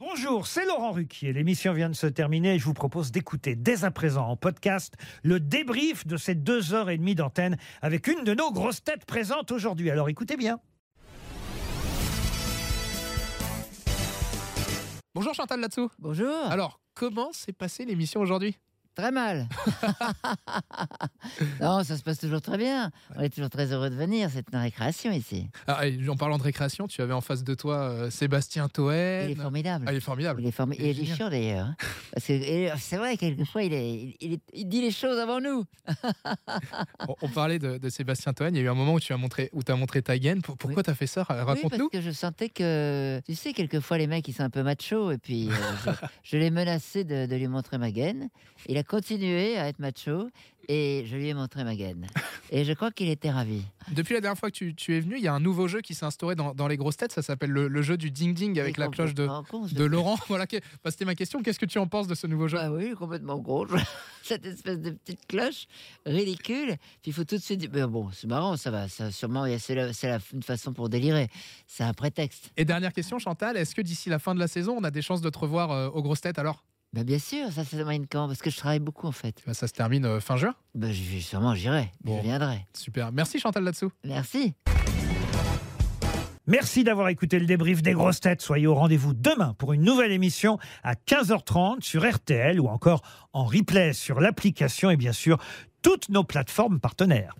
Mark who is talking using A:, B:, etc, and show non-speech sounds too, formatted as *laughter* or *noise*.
A: Bonjour, c'est Laurent Ruquier. L'émission vient de se terminer et je vous propose d'écouter dès à présent en podcast le débrief de ces deux heures et demie d'antenne avec une de nos grosses têtes présentes aujourd'hui. Alors écoutez bien.
B: Bonjour Chantal Latsou.
C: Bonjour.
B: Alors, comment s'est passée l'émission aujourd'hui *laughs*
C: Très mal. non, ça se passe toujours très bien. On est toujours très heureux de venir. C'est une récréation ici.
B: Ah, et En parlant de récréation, tu avais en face de toi euh, Sébastien
C: Il
B: Toen.
C: est formidable.
B: Ah, il est formidable.
C: *laughs* Il est, formi-
B: Il est
C: il est
B: génial.
C: chiant d'ailleurs. hein. Parce que et, euh, c'est vrai, quelquefois, il, est, il, il est- il dit les choses avant nous.
B: On, on parlait de, de Sébastien Toen. Il y a eu un moment où tu as montré, où as montré ta gaine. P- Pourquoi tu as fait ça
C: oui, parce
B: Raconte-nous.
C: que je sentais que, tu sais, quelquefois, les mecs, ils sont un peu machos. Et puis, euh,
B: *laughs*
C: je, je l'ai menacé de, de lui montrer ma gaine. Il a continué à être macho. Et je lui ai montré ma gaine. Et je crois qu'il était ravi.
B: Depuis la dernière fois que tu, tu es venu, il y a un nouveau jeu qui s'est instauré dans, dans les grosses têtes. Ça s'appelle le, le jeu du ding-ding avec
C: Il est
B: la cloche de,
C: complètement con, ce
B: de Laurent. *laughs* Voilà, que- bah, c'était ma question. Qu'est-ce que tu en penses de ce nouveau jeu
C: Bah oui, complètement gros. *laughs* Cette espèce de petite cloche ridicule. Puis il faut tout de suite dire mais bon, c'est marrant, ça va. Ça, sûrement, il y a- c'est la- c'est la- une façon pour délirer. C'est un prétexte.
B: Et dernière question, Chantal. Est-ce que d'ici la fin de la saison, on a des chances de te revoir euh, aux grosses têtes alors
C: Bah bien sûr, ça, ça demande quand Parce que je travaille beaucoup, en fait.
B: Bah, Ça se termine euh, fin juin.
C: Bah, je- sûrement, j'irai.
B: Bon.
C: Je viendrai.
B: Super. Merci Chantal là-dessous.
C: Merci.
A: Merci d'avoir écouté le débrief des grosses têtes. Soyez au rendez-vous demain pour une nouvelle émission à 15h30 sur RTL ou encore en replay sur l'application et bien sûr toutes nos plateformes partenaires.